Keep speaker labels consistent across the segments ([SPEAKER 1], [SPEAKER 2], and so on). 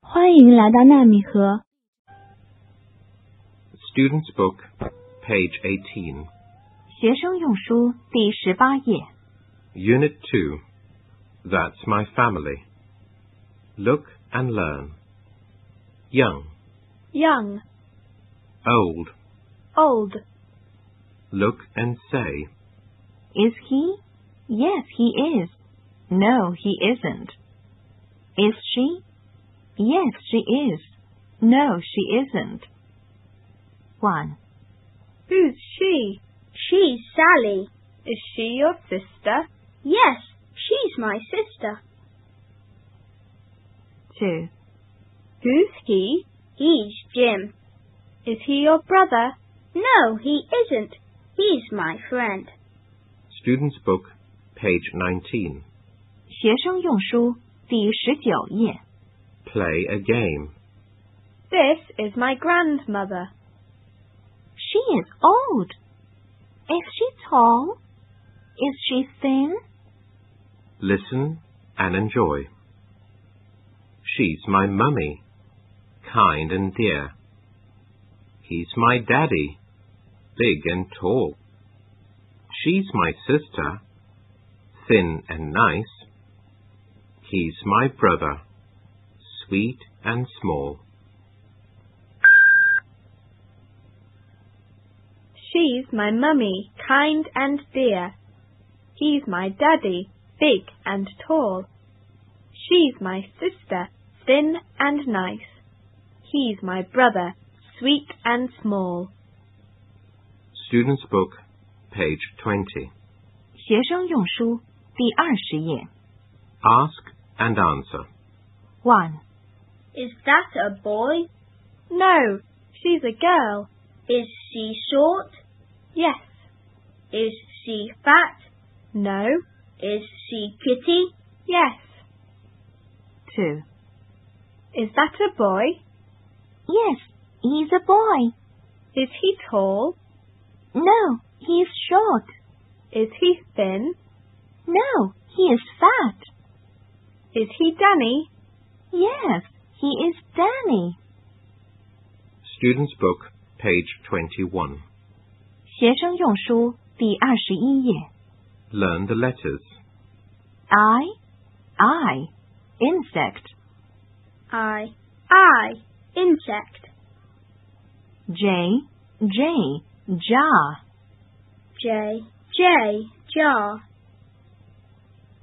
[SPEAKER 1] 欢迎来到纳米盒
[SPEAKER 2] Student's Book, page 18,
[SPEAKER 3] 学生用书第十八页，
[SPEAKER 2] Unit 2. That's My Family. Look and learn. Young,
[SPEAKER 1] young
[SPEAKER 2] old,
[SPEAKER 1] old
[SPEAKER 2] look and say.
[SPEAKER 3] Is he? Yes, he is. No, he isn't. Is she? Yes, she is. No, she isn't. 1.
[SPEAKER 1] Who's she?
[SPEAKER 4] She's Sally.
[SPEAKER 1] Is she your sister?
[SPEAKER 4] Yes, she's my sister.
[SPEAKER 3] 2.
[SPEAKER 1] Who's he?
[SPEAKER 4] He's Jim.
[SPEAKER 1] Is he your brother?
[SPEAKER 4] No, he isn't. He's my friend.
[SPEAKER 2] Student's Book, page 19.
[SPEAKER 3] 学生用书第十九页，
[SPEAKER 2] Play a game.
[SPEAKER 1] This is my grandmother.
[SPEAKER 3] She is old. Is she tall? Is she thin?
[SPEAKER 2] Listen and enjoy. She's my mummy, kind and dear. He's my daddy, big and tall. She's my sister, thin and nice. He's my brother, sweet and small.
[SPEAKER 1] She's my mummy, kind and dear. He's my daddy, big and tall. She's my sister, thin and nice. He's my brother, sweet and small.
[SPEAKER 2] Student's Book, page 20.
[SPEAKER 3] 学生用书第二十页
[SPEAKER 2] Ask and answer.
[SPEAKER 3] ，one
[SPEAKER 4] Is that a boy?
[SPEAKER 1] No, she's a girl.
[SPEAKER 4] Is she short?
[SPEAKER 1] Yes.
[SPEAKER 4] Is she fat?
[SPEAKER 1] No.
[SPEAKER 4] Is she pretty?
[SPEAKER 1] Yes.
[SPEAKER 3] two
[SPEAKER 1] Is that a boy?
[SPEAKER 3] yes he's a boy
[SPEAKER 1] Is he tall?
[SPEAKER 3] no he's short
[SPEAKER 1] Is he thin?
[SPEAKER 3] no he is fat
[SPEAKER 1] Is he Danny?
[SPEAKER 3] yes he is Danny
[SPEAKER 2] Student's Book, page 21.
[SPEAKER 3] 学生用书第二十一页
[SPEAKER 2] Learn the letters.
[SPEAKER 3] I I insect
[SPEAKER 4] I. I. Insect.
[SPEAKER 3] J J jar
[SPEAKER 4] J. J. Jar.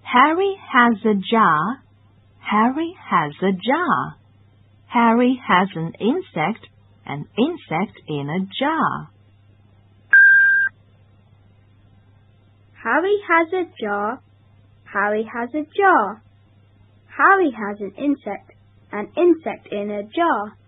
[SPEAKER 3] Harry has a jar. Harry has a jar. Harry has an insect, an insect in a jar.
[SPEAKER 4] Harry has a jar. Harry has a jar. Harry has an insect. An insect in a jar.